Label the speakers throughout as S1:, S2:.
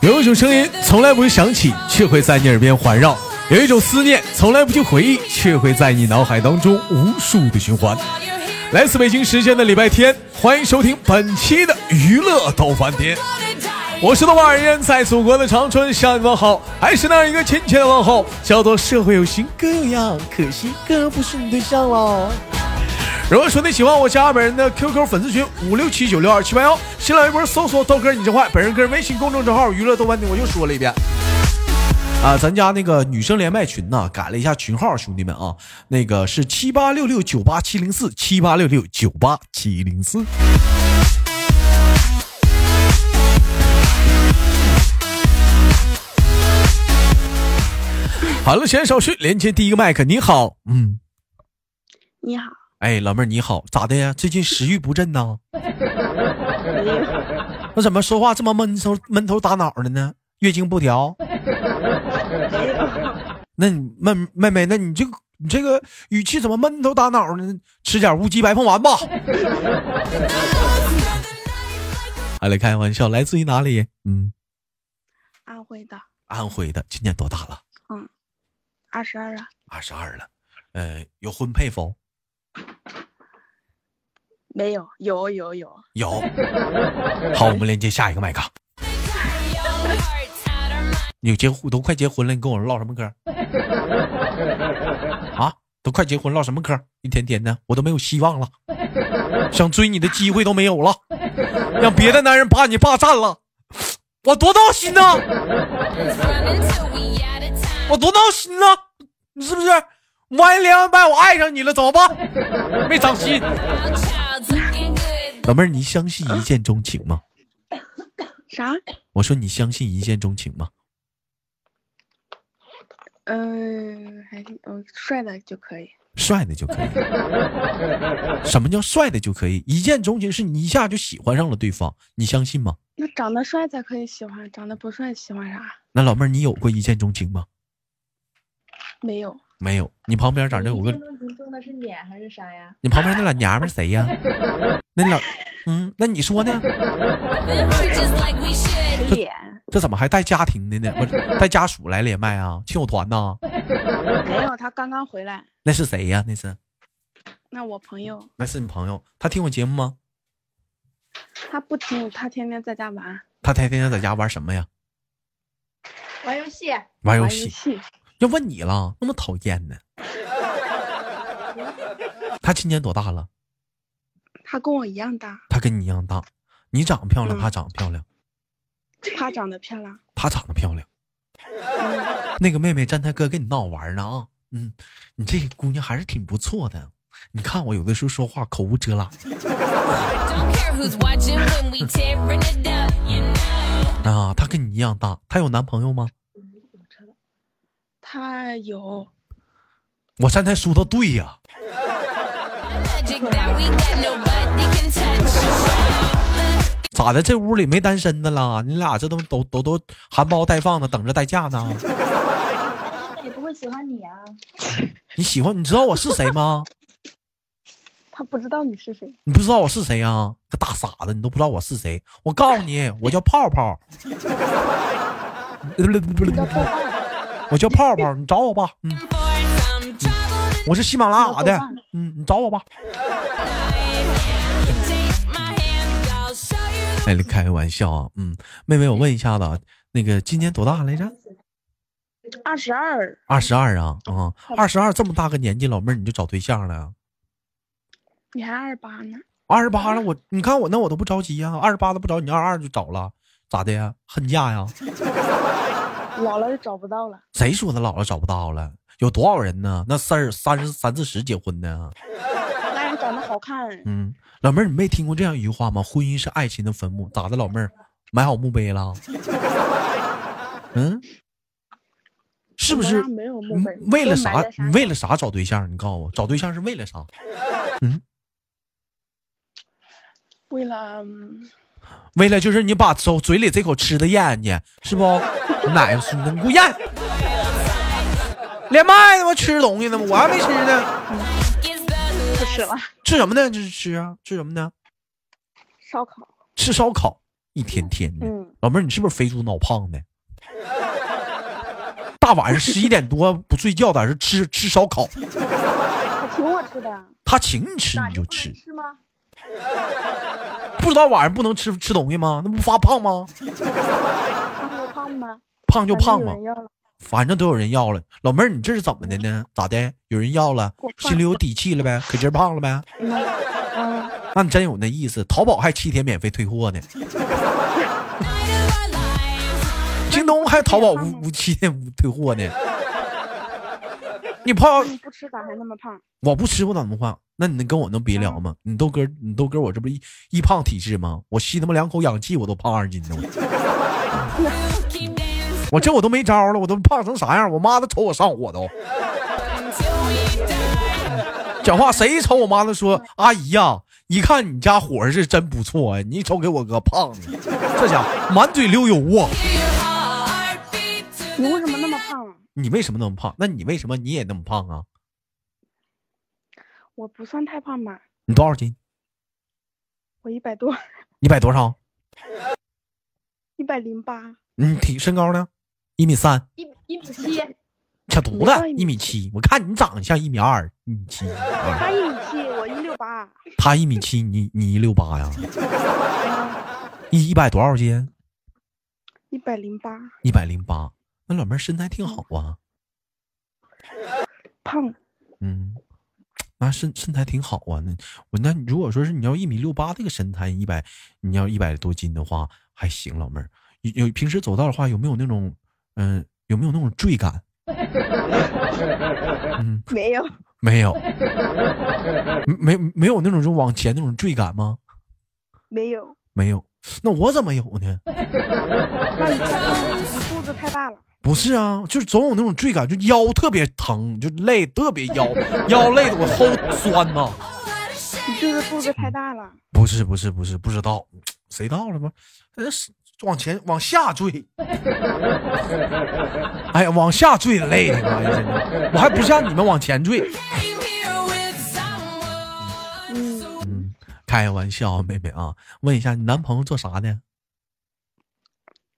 S1: 有一种声音从来不会响起，却会在你耳边环绕；有一种思念从来不去回忆，却会在你脑海当中无数的循环。来自北京时间的礼拜天，欢迎收听本期的娱乐逗翻天。我是豆瓣儿人，在祖国的长春向你问好，还是那样一个亲切的问候，叫做社会有型哥呀，可惜哥不是你对象了。如果说你喜欢我家本人的 QQ 粉丝群五六七九六二七八幺，新浪微博搜索豆哥你真坏，本人个人微信公众账号娱乐豆瓣天，我又说了一遍。啊，咱家那个女生连麦群呐、改了一下群号，兄弟们啊，那个是七八六六九八七零四，七八六六九八七零四。好了，闲言少叙，连接第一个麦克。你好，嗯，
S2: 你好，
S1: 哎，老妹儿你好，咋的呀？最近食欲不振呐？那怎么说话这么闷头闷头打脑的呢？月经不调？那你妹妹妹，那你这个你这个语气怎么闷头打脑呢？吃点乌鸡白凤丸吧。哎，来开玩笑，来自于哪里？嗯，
S2: 安徽的，
S1: 安徽的，今年多大了？
S2: 二十二啊，
S1: 二十二了。呃，有婚配否？
S2: 没有，有有有，
S1: 有。好，我们连接下一个麦克。你结婚都快结婚了，你跟我唠什么嗑？啊，都快结婚唠什么嗑？一天天的，我都没有希望了，想追你的机会都没有了，让别的男人把你霸占了，我多闹心呐！我多闹心呐！你是不是？万一两百我爱上你了怎么办？没长心。老妹儿，你相信一见钟情吗？
S2: 啥？
S1: 我说你相信一见钟情吗？
S2: 嗯、还是嗯、帅的就可以。
S1: 帅的就可以。什么叫帅的就可以？一见钟情是你一下就喜欢上了对方，你相信吗？
S2: 那长得帅才可以喜欢，长得不帅喜欢啥？
S1: 那老妹儿，你有过一见钟情吗？
S2: 没有，
S1: 没有。你旁边咋的有个？
S3: 你中的是脸还是啥呀？
S1: 你旁边那老娘们儿 谁呀？那老，嗯，那你说呢？
S2: 脸
S1: 这怎么还带家庭的呢？不是带家属来连麦啊？亲友团呐？
S2: 没有，他刚刚回来。
S1: 那是谁呀？那是
S2: 那我朋友
S1: 那是你朋友，他听我节目吗？
S2: 他不听，他天天在家玩
S1: 他天天在家玩什么呀？
S3: 玩游戏，
S1: 玩游
S2: 玩
S1: 戏。
S2: 戏。
S1: 要问你了，那么讨厌呢？ 他今年多大了？
S2: 他跟我一样大，
S1: 他跟你一样大，你长得漂亮，
S2: 嗯
S1: 他长得漂亮，
S2: 他长得漂亮。
S1: 他长得漂亮。那个妹妹站他哥跟你闹玩呢啊，嗯，你这姑娘还是挺不错的。你看我有的时候说话口无遮拦啊，她跟你一样大，她有男朋友吗？
S2: 他有，
S1: 我站台说的对呀、咋的？这屋里没单身的啦？你俩这都都都都含苞待放的，等着待嫁呢。
S3: 那也不会喜欢你啊。
S1: 你喜欢？你知道我是谁吗？
S2: 他不知道你是谁。
S1: 你不知道我是谁啊？个大傻子，你都不知道我是谁？我告诉你，我叫泡泡。我叫泡泡，你找我吧。嗯，我是喜马拉雅的。嗯，你找我吧。哎，开个玩笑啊。嗯，妹妹，我问一下子啊，那个今年多大来着？
S2: 二十二，
S1: 二十二啊，
S2: 哦
S1: 啊、二十二这么大个年纪，老妹儿你就找对象了？
S2: 你还二八呢？
S1: 二十
S2: 嗯
S1: 八了，我你看我那我都不着急呀、啊，二十八都不着急，你二十二就找了，咋的呀？恨嫁呀？
S2: 老了就找不到了。
S1: 谁说他老了找不到了？有多少人呢？那三儿三十三四十结婚呢？
S2: 那人长得好看，
S1: 嗯，老妹儿，你没听过这样一句话吗？婚姻是爱情的坟墓，咋的，老妹儿，买好墓碑 了？嗯，是不是
S2: 我们家？没有墓
S1: 嗯
S2: 碑？
S1: 为了
S2: 都埋
S1: 啥嗯
S2: 在？
S1: 你
S2: 山
S1: 为了啥找对象？你告诉我，找对象是为了啥？
S2: 为了、嗯
S1: 为了就是你把手嘴里这口吃的咽下去，是不？奶是能给我咽。连麦他妈吃东西呢吗？我还没吃呢，
S2: 不吃了
S1: 吃什么呢？这是吃啊，吃什么呢？
S2: 烧烤。
S1: 吃烧烤，一天天的。
S2: 嗯
S1: 老妹儿，你是不是肥猪脑胖的？大晚上十一点多不睡觉，在这吃吃烧烤。
S2: 他请我吃的，
S1: 他请你吃
S3: 哪
S1: 你
S3: 就
S1: 就
S3: 不
S1: 嗯吃
S3: 能，吃吗？
S1: 不知道晚上不能吃吃东西吗？那不发胖吗？
S2: 胖就
S1: 胖就胖
S2: 胖吧，反正有
S1: 嘛
S2: 人，要了，
S1: 反正都有人要了。老妹儿，你这是怎么的呢？咋的？有人要了
S2: 我，胖
S1: 心里有底气了 呗？可劲儿胖了呗？
S2: 嗯嗯，
S1: 那你真有那意思，淘宝还七天免费退货呢，京东还淘宝无无七天无退货 呢。你胖
S2: 那你嗯不吃咋还那么胖？
S1: 我不吃，我咋能胖？那你能跟我能别聊吗？你豆哥，你豆哥，我这不一一胖体质吗？我吸他妈两口氧气，我都胖二斤呢。我我这我都没招了，我都胖成啥样？我妈都瞅我上火都。讲话谁一瞅我妈都说：“阿姨呀、一看你家伙儿是真不错啊呀、你一瞅给我哥胖的，这家伙满嘴溜油啊！
S2: 你为什么那么胖啊？
S1: 你为什么那么胖？那你为什么你也那么胖啊？
S2: 我不算太胖吧，
S1: 你多少斤？
S2: 我一百多，
S1: 你百多少？
S2: 一百零八，
S1: 你体身高呢？一米三。”
S3: 一一米七，
S1: 小犊
S2: 不到
S1: 子，
S2: 一
S1: 一米
S2: 米
S1: 七，我看你长得像一米二，一米七，啊
S2: 他一米七，我一六八，
S1: 他一米七，你你一六八 呀？一一百多少斤？
S2: 一百零八，
S1: 一百零八。那老妹儿身材挺好啊，
S2: 胖，
S1: 嗯，那身身材挺好啊。那我那如果说是你要一米六八这个身材，一百你要一百多斤的话还行，老妹儿有有平时走道的话有没有那种嗯、有没有那种坠感？ 嗯，
S2: 没有，
S1: 没有，没没有那种就往前那种坠感吗？
S2: 没有，
S1: 没有，那我怎么有呢？
S2: 那你太胖了，你肚子太大了，
S1: 不是啊，就是总有那种坠感，就腰特别疼，就累，特别腰腰累的我齁酸呐、
S2: 你就是肚子太大了，
S1: 不是不是不是，不知道谁到了吗？呃，是往前往下坠，哎呀，往下坠的累的，哎呀，真的，我还不像你们往前坠。
S2: 嗯，
S1: 嗯，开个玩笑啊，妹妹啊，问一下你男朋友做啥的？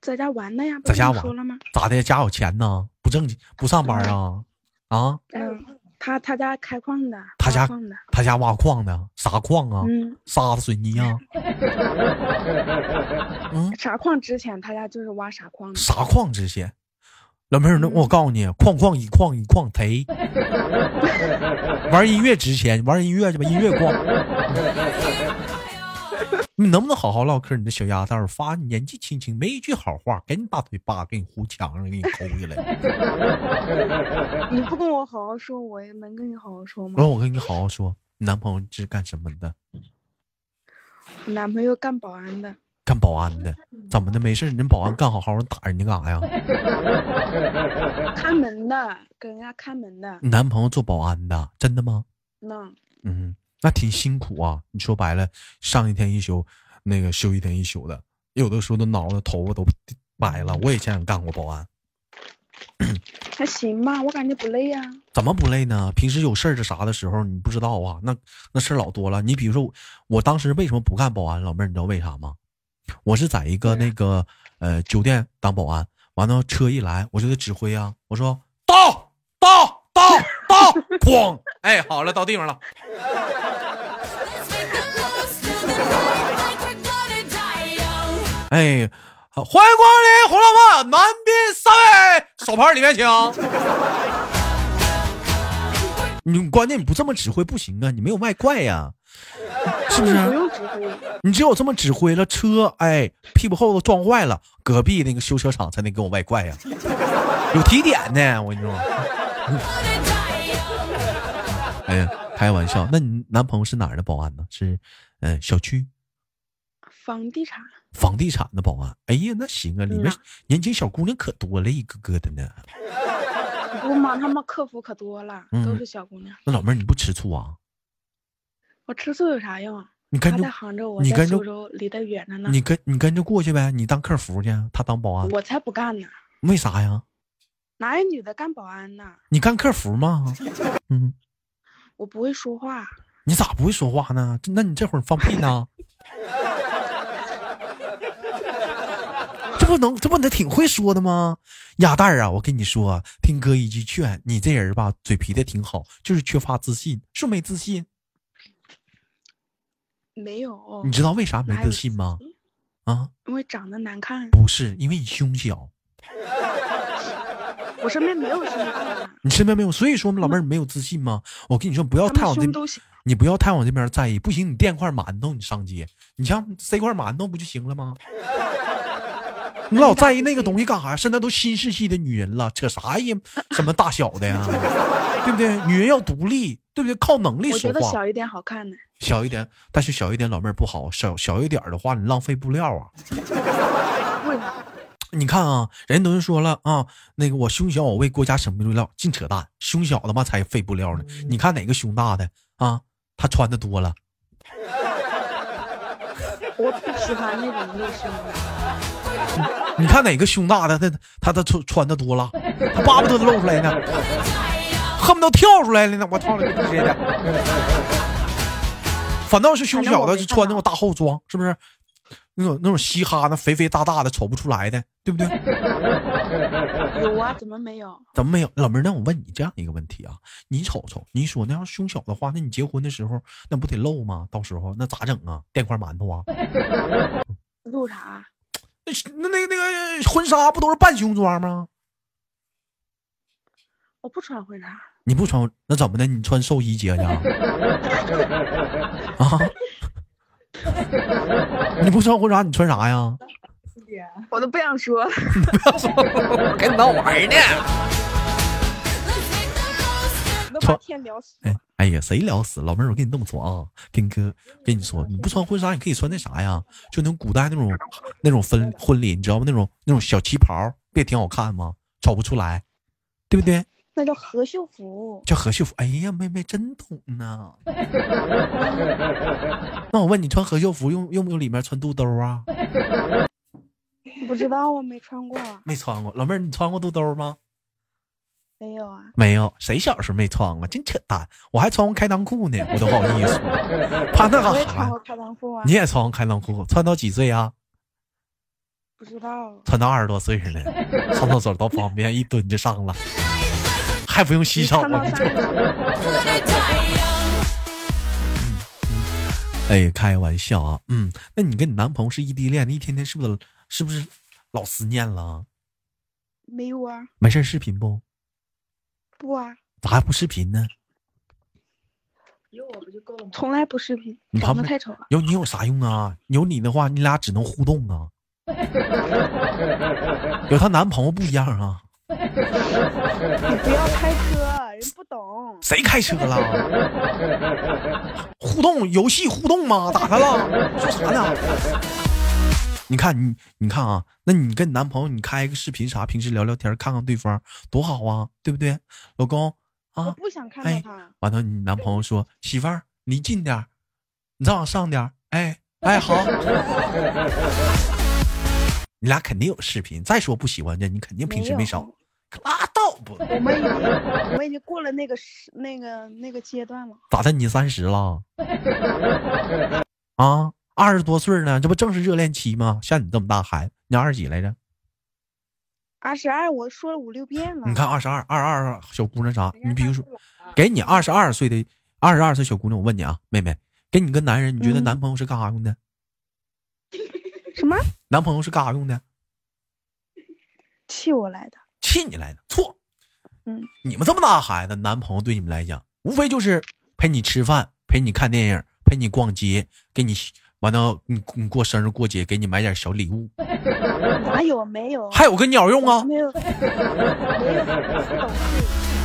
S2: 在家玩呢呀，不
S1: 在家
S2: 跟你
S1: 玩
S2: 说了吗？
S1: 咋的？家有钱呢？不正经不上班啊？啊，
S2: 嗯，他他家开矿的，
S1: 他
S2: 挖
S1: 家
S2: 矿的，
S1: 他家挖矿的，啥矿啊？
S2: 嗯，
S1: 沙子、水泥啊呀、嗯，
S2: 啥矿值钱，他家就是挖啥矿的，
S1: 啥矿值钱？老妹儿，那我告诉你，矿矿一矿一矿忒。玩音乐值钱，玩音乐去吧，音乐矿。你能不能好好唠嗑？你这小丫头发年纪轻轻，没一句好话，给你大腿扒，给你糊墙上，给你抠下来。
S2: 你不跟我好好说，我也能跟你好好说吗
S1: 完，？我跟你好好说，你男朋友是干什么的？
S2: 我男朋友干保安的，
S1: 干保安的？怎么的？没事儿，人保安干好好的，打人家干啥呀？
S2: 看门的，给人家看门的，
S1: 你男朋友做保安的，真的吗？
S2: 那
S1: 嗯，那挺辛苦啊。你说白了，上一天一宿，那个休一天一宿的，有的时候都挠的头发都白了。我以前也干过保安，
S2: 还行吧，我感觉不累啊呀、
S1: 怎么不累呢？平时有事儿这啥的时候，你不知道啊，那那事儿老多了。你比如说我，我当时为什么不干保安？老妹儿，你知道为啥吗？我是在一个那个呃酒店当保安，完了车一来，我就得指挥啊，我说到到到到， 哐！哎，好了，到地方了。哎，好欢迎光临胡萝卜南滨三位，手牌里面请。你关键你不这么指挥不行啊，你没有外挂呀，是啊不
S2: 不
S1: 是？
S2: 用指挥，
S1: 你只有这么指挥了，车哎屁股后头撞坏了，隔壁那个修车厂才能给我外挂呀，有提点呢，我跟你说。哎呀，开玩笑，那你男朋友是哪儿的保安呢？是，嗯、小区。
S2: 房地产，
S1: 房地产的保安。哎呀，那行啊，里面
S2: 嗯
S1: 年轻小姑娘可多了，一个个的呢。
S2: 我妈他们客服可多了，都
S1: 嗯
S2: 是小姑娘，
S1: 那老妹儿你不吃醋啊？
S2: 我吃醋有啥用啊？
S1: 你
S2: 她
S1: 跟
S2: 在
S1: 着
S2: 杭州，我
S1: 你
S2: 在
S1: 跟着
S2: 苏州，离得远着呢，
S1: 你跟你跟着过去呗，你当客服去，他当保安，
S2: 我才不干呢，
S1: 为啥呀？
S2: 哪有女的干保安呢？
S1: 你干客服吗？嗯，
S2: 我不会说话，
S1: 你咋不会说话呢？这那你这会儿放屁呢？ 这不能这不能挺会说的吗？鸭蛋儿啊，我跟你说啊，听哥一句劝，你这人吧，嘴皮子挺好，就是缺乏自信，是没自信。
S2: 没有
S1: 你，知道为啥没
S2: 哪有
S1: 自信吗？啊，
S2: 因为长得难看，
S1: 不是，因为你胸小，
S2: 我身边没有胸大的，啊
S1: 你身边没有，所以说我们老妹儿没有自信吗？我跟你说，不要
S2: 他
S1: 太哦
S2: 们
S1: 往这
S2: 胸，都小。
S1: 你不要太往这边在意，不行，你垫块馒头，你上街，你像塞块馒头不就行了 吗？你老在意那个东西干啥呀？现在都新世纪的女人了，扯啥呀？什么大小的呀？对不对？女人要独立，对不对？靠能力
S2: 我
S1: 说
S2: 觉得
S1: 话。
S2: 小一点好看呢。
S1: 小一点，但是小一点老妹儿不好，小小一点儿的话，你浪费布料啊。
S2: 为啥？
S1: 你看啊，人都是说了啊，那个我胸小，我为国家省布料，净扯淡。胸小他妈才费布料呢。你看哪个胸大的啊？他穿的多了，
S2: 我不 喜欢那种类型的。
S1: 你看哪个胸大的，他他他穿穿的多了，他巴不得露出来呢，恨不得跳出来了呢。我操你个逼谁的！反倒是胸小的就穿那种大厚装，是不是？那种那种嘻哈那肥肥大大的瞅不出来的，对不对？
S2: 有啊，怎么没有？
S1: 怎么没有？老妹儿，那我问你这样一个问题啊，你瞅瞅，你说那要是胸小的话，那你结婚的时候那不得露吗？到时候那咋整啊？垫块馒头啊？
S2: 露啥？啊
S1: 那是那那个那个婚纱不都是半胸装吗？
S2: 我不穿婚纱，
S1: 你不穿那怎么的？你穿寿衣结去啊？啊？ 你不穿婚纱，你穿啥呀？
S3: 姐，
S2: 我都不想 说。
S1: 跟你闹玩呢。
S2: 能
S1: 穿
S2: 把天聊死。
S1: 哎哎呀，谁聊死老妹儿？我跟你这么说啊，跟哥跟你说，你不穿婚纱，你可以穿那啥呀，就那种古代那种那种婚婚礼，你知道吗？那种那种小旗袍，不也挺好看吗？瞅不出来，对不对？
S2: 那叫和秀服，
S1: 叫和秀服。哎呀，妹妹真懂呢。 那我问你，穿和秀服用用不用里面穿肚兜啊？
S2: 不知道我没穿过，啊
S1: 没穿过，老妹儿，你穿过肚兜吗？
S2: 没有啊。
S1: 没有，谁小时候没穿过？真扯淡！我还穿过开裆 裤呢，我都不好意思，怕那
S2: 我也
S1: 干啥
S2: 穿
S1: 呀？
S2: 过开裆裤啊
S1: 你，也穿过开裆裤，穿到几岁啊？
S2: 不知道。啊
S1: 穿到二十多岁了，上厕所到旁边一蹲就上了，还不用洗
S2: 你
S1: 手
S2: 穿到
S1: 啊。
S2: 三十岁，
S1: 哎，开玩笑啊，嗯，那你跟你男朋友是异地恋，一天天是不是是不是老思念了啊？
S2: 没有啊？
S1: 没事儿视频不？
S2: 不啊，
S1: 咋还不视频呢？
S3: 有我不就够了吗？
S2: 从来不视频
S1: 你，
S2: 长
S1: 旁
S2: 得
S1: 边
S2: 太丑了。
S1: 有你有啥用啊？有你的话，你俩只能互动 啊。有她男朋友不一样啊，
S2: 你不要开车，人不懂。
S1: 谁开车了？互动游戏互动吗？咋的了？说啥呢？你看你，你看啊，那你跟你男朋友你开一个视频啥，平时聊聊天，看看对方多好啊，对不对，老公
S2: 我
S1: 啊？
S2: 不想看
S1: 哎
S2: 到他，
S1: 完了，你男朋友说媳妇儿离近点儿，你再往上点儿，哎哎好，你俩肯定有视频。再说不喜欢这，你肯定平时没少，拉倒吧？
S2: 我们已经我们已经过了那个时那个那个阶段了。
S1: 咋的？你三十了？啊，二十多岁呢，这不正是热恋期吗？像你这么大孩子，你二十几来着？
S2: 二十二，我说了五六遍了。
S1: 你看，二十二、二二小姑娘啥？你比如说，给你二十二岁的二十二岁小姑娘，我问你啊，妹妹，给你个男人，你觉得
S2: 嗯
S1: 男朋友是干啥用的？
S2: 什么
S1: 男朋友是干啥用的？
S2: 气我来的？
S1: 气你来的，错。
S2: 嗯，
S1: 你们这么大孩子，男朋友对你们来讲，无非就是陪你吃饭、陪你看电影、陪你逛街，给你完了，你你过生日过节给你买点小礼物，
S2: 哪有没有？
S1: 还有个鸟用啊？
S2: 没有，没有，不懂事，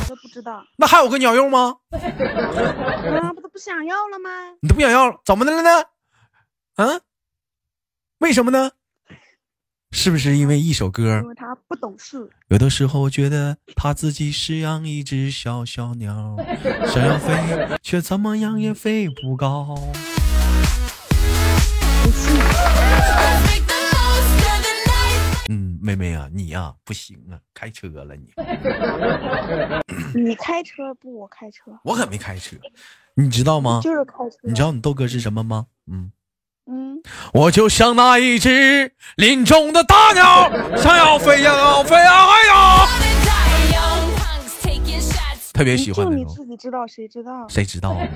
S2: 我都不知道。
S1: 那还有个鸟用吗？
S2: 啊，不都不想要了吗？
S1: 你都不想要，怎么的了呢？啊？为什么呢？是不是因为一首歌
S2: 因？为他不懂事。
S1: 有的时候觉得他自己是像一只小小 鸟，想要飞，却怎么样也飞不高。
S2: 不气
S1: 嗯，妹妹啊，你呀、不行啊，开车了你，
S2: 你开车不？我开车，
S1: 我可没开车，你知道吗？
S2: 就是开车。
S1: 你知道你豆哥是什么吗？嗯，
S2: 嗯，
S1: 我就像那一只林中的大鸟，想要飞呀要飞呀，哎呀！特别
S2: 你
S1: 喜欢
S2: 就
S1: 那
S2: 你
S1: 种，
S2: 自己知道，谁知道？
S1: 谁知道啊？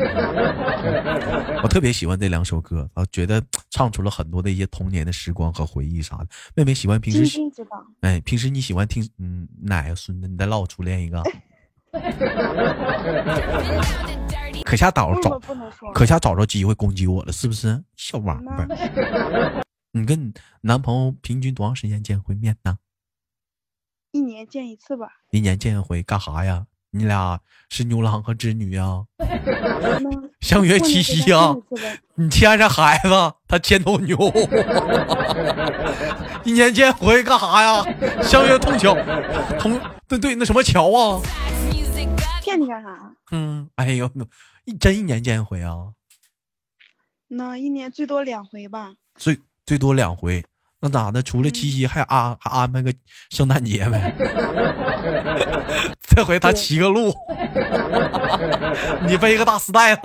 S1: 我特别喜欢这两首歌，啊，觉得唱出了很多的一些童年的时光和回忆啥的。妹妹喜欢平
S2: 真
S1: 时，
S2: 心知道。
S1: 哎，平时你喜欢听嗯哪个孙子？你再唠我初恋一个，可下倒
S2: 那
S1: 找
S2: 我， 不能说。
S1: 可下找着机会攻击我了，是不是？小王八
S2: 那，
S1: 你跟你男朋友平均多长时间见回面呢？
S2: 一年见一次吧。
S1: 一年见一回，干啥呀？你俩是牛郎和织女呀？
S2: 那
S1: 相约
S2: 过
S1: 七
S2: 年给
S1: 夕啊呀
S2: 他见一？次呗
S1: 你牵着孩子，他牵头牛，一年见回干啥呀？相约通桥，通对对，那什么桥啊？
S2: 骗你干啥？啊
S1: 嗯，哎呦，一真一年见一回啊，
S2: 那一年最多两回吧。
S1: 最最多两回。那咋的？除了
S2: 嗯
S1: 七夕，还安还安排个圣诞节呗？ 这回他骑个鹿， 你背个大丝带了。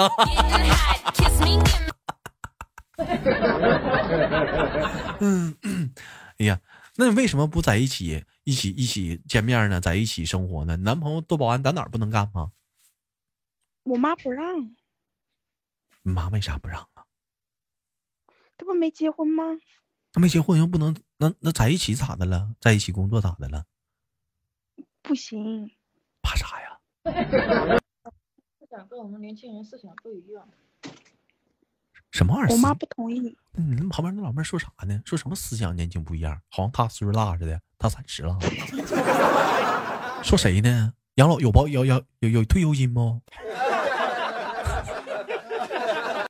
S1: 哎呀，那为什么不在一起一起一起见面呢？在一起生活呢？男朋友做保安，咱哪儿不能干吗？
S2: 我妈不让，
S1: 你妈为啥不让啊？
S2: 这不没结婚吗？
S1: 他没结婚又不能，那那在一起咋的了？在一起工作咋的了？
S2: 不行，
S1: 怕啥呀？
S3: 思想跟我们年轻人思想不一样。
S1: 什么玩意儿？
S2: 我妈不同意。
S1: 那你嗯那旁边那老妹儿说啥呢？说什么思想年轻不一样？好像他岁数大似的，他三十了。说谁呢？养老有保有有有有退休金不？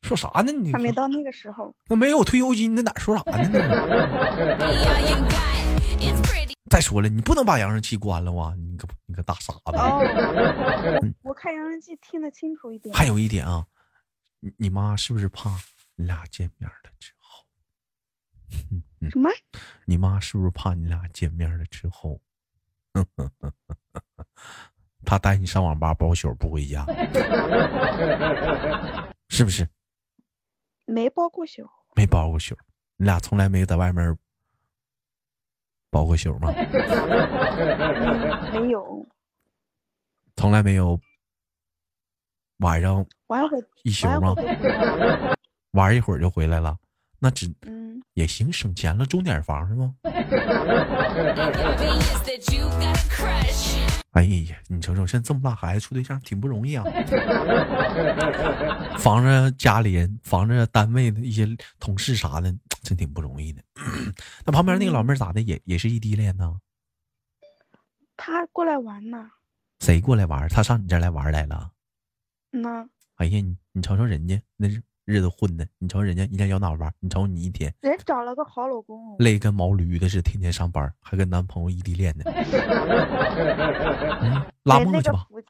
S1: 说啥呢你？
S2: 还没到那个时候，
S1: 那没有退休金，那哪说啥呢那？ 再说了，你不能把扬声器关了哇！你个你个大傻子！
S2: 哦，我看扬声器听得清楚一点。
S1: 还有一点啊，你你妈是不是怕你俩见面了之后？
S2: 什么？
S1: 你妈是不是怕你俩见面了之后，她带你上网吧包宿不回家， 是不是？
S2: 没包过宿，
S1: 没包过宿，你俩从来没在外面包过宿吗？
S2: 没有。
S1: 从来没有晚上
S2: 玩 会
S1: 一宿
S2: 玩
S1: 吗
S2: 会？就回来了。
S1: 玩一会儿就回来了，那只
S2: 嗯，
S1: 也行，省钱了，租点房是吗？哎呀，你瞅瞅，现在这么大孩子处对象挺不容易啊， 防着家里人，防着单位的一些同事啥的，真挺不容易的。 那旁边那个老妹儿咋的，也也是异地恋呢？
S2: 他过来玩呢。
S1: 谁过来玩儿？她上你这儿来玩儿来了？
S2: 那
S1: 哎呀，你你瞅瞅人家那日日子混的，你瞅人家一天摇脑瓜，你瞅你一天
S2: 人找了个好老公，
S1: 累跟毛驴的似的，天天上班，还跟男朋友异地恋呢。 嗯，拉
S2: 没
S1: 磨
S2: 那
S1: 去
S2: 个
S1: 吧。
S2: 福气。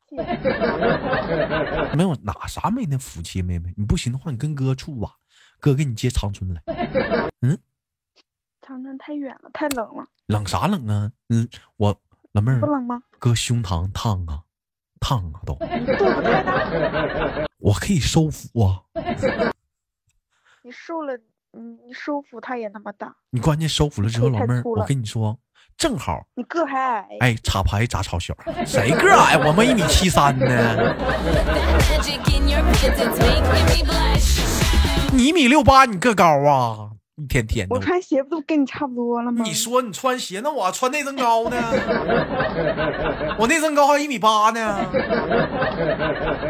S1: 没有哪啥没那福气，妹妹，你不行的话，你跟哥处吧，哥给你接长春来。
S2: 长春太远了，太冷了，
S1: 冷啥冷啊？嗯，我老妹
S2: 不
S1: 儿，
S2: 冷吗？
S1: 哥胸膛烫啊，烫啊都，
S2: 你肚子太大了，
S1: 我可以收腹啊。
S2: 你瘦了，嗯，你收腹它也那么大，
S1: 你关键收腹了之后，
S2: 太
S1: 老妹儿，
S2: 粗了
S1: 我跟你说，正好，
S2: 你个还矮。
S1: 哎，插排扎超小，谁个儿矮？我们一米七三呢，你一米六八，你个高啊，一天天
S2: 我
S1: 的。
S2: 穿鞋不都跟你差不多了吗？
S1: 你说你穿鞋，那我穿内增高呢？我内增高还一米八呢。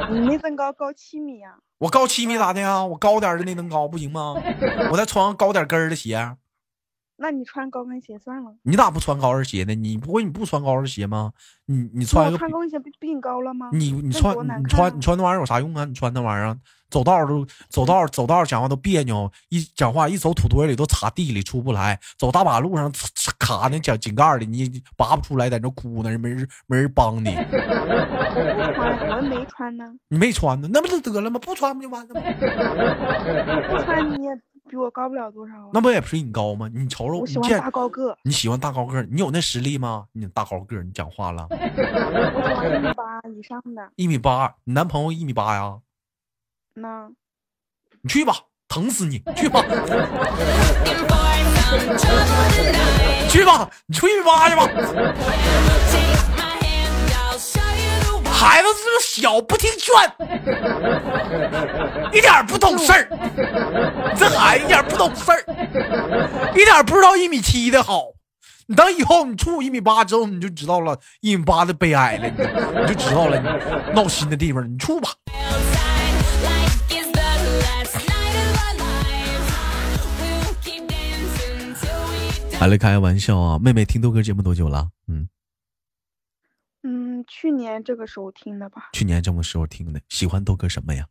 S2: 你那增高高七米啊？
S1: 我高七米咋的呀？我高点儿的那能高不行吗？我再穿上高点儿跟儿的鞋，啊
S2: 那你穿高跟鞋算了。
S1: 你咋不穿高跟鞋呢？你不会你不穿高跟鞋吗？你你
S2: 那
S1: 穿一
S2: 我
S1: 个
S2: 穿高跟鞋不比你高了吗？
S1: 你你
S2: 那
S1: 穿
S2: 多难
S1: 你
S2: 看啊
S1: 穿你穿那玩意儿有啥用啊？你穿那玩意儿走道儿都走道儿走道儿讲话都别扭，一讲话一走土堆里都插地里出不来，走大马路上呲呲卡那脚井盖儿里你拔不出来，在那哭呢，没人没人帮 你，
S2: 我不穿，我没穿呢。
S1: 你没穿呢，那不就得了吗？不穿不就完了吗？
S2: 不穿你也比我高不了多少啊。
S1: 那不也不是你高吗？你瞅瞅，
S2: 我
S1: 你
S2: 喜欢
S1: 见
S2: 大高个，
S1: 你喜欢大高个儿，你有那实力吗？你大高个儿，你讲话了，
S2: 我喜欢一米八以上的。
S1: 一米八，你男朋友一米八呀？
S2: 那
S1: 你去吧，他疼死你！去吧，去吧，你出去挖去吧！孩子这么小，不听劝，一点儿不懂事儿。你这孩子一点儿不懂事儿，一点儿不知道一米七的好。你等以后你处我一米八之后，你就知道了一米八的悲哀了，你你就知道了你闹心的地方。你处吧。还来开玩笑啊！妹妹听豆哥节目多久了？嗯，
S2: 嗯，去年这个时候听的吧，
S1: 去年这么时候听的。喜欢豆哥什么呀？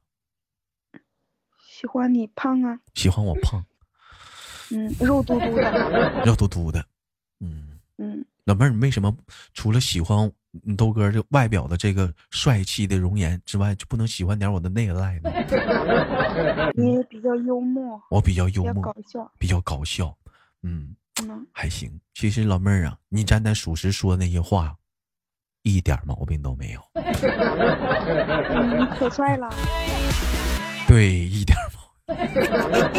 S2: 喜欢你胖啊，
S1: 喜欢我胖，
S2: 嗯，肉嘟嘟的，
S1: 肉嘟嘟的。嗯，
S2: 嗯，
S1: 老妹儿，你为什么除了喜欢你豆哥这外表的这个帅气的容颜之外，就不能喜欢点我的内在 呢？
S2: 也比较幽默，
S1: 我比较幽
S2: 比较
S1: 默
S2: 搞，笑，
S1: 比较搞笑。嗯，
S2: 嗯，
S1: 还行。其实老妹儿啊，你站在属实说的那些话，一点毛病都 没有。
S2: 嗯，你可帅了，
S1: 对，一点儿毛病。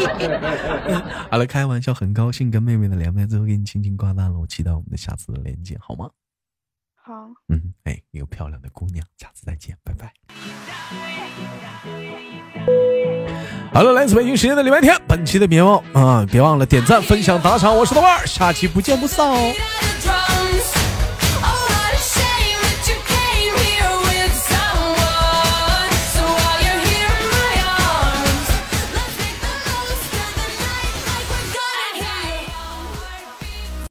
S1: 好了，开玩笑，很高兴跟妹妹的连麦，最后给你轻轻挂断了。我期待我们的下次的连接，好吗？
S2: 好。
S1: 嗯，哎，一个漂亮的姑娘，下次再见，拜拜。好了，来自北京时间的礼拜天，本期的别忘啊、别忘了点赞、分享、打赏，我是豆瓣儿，下期不见不散哦。
S4: 「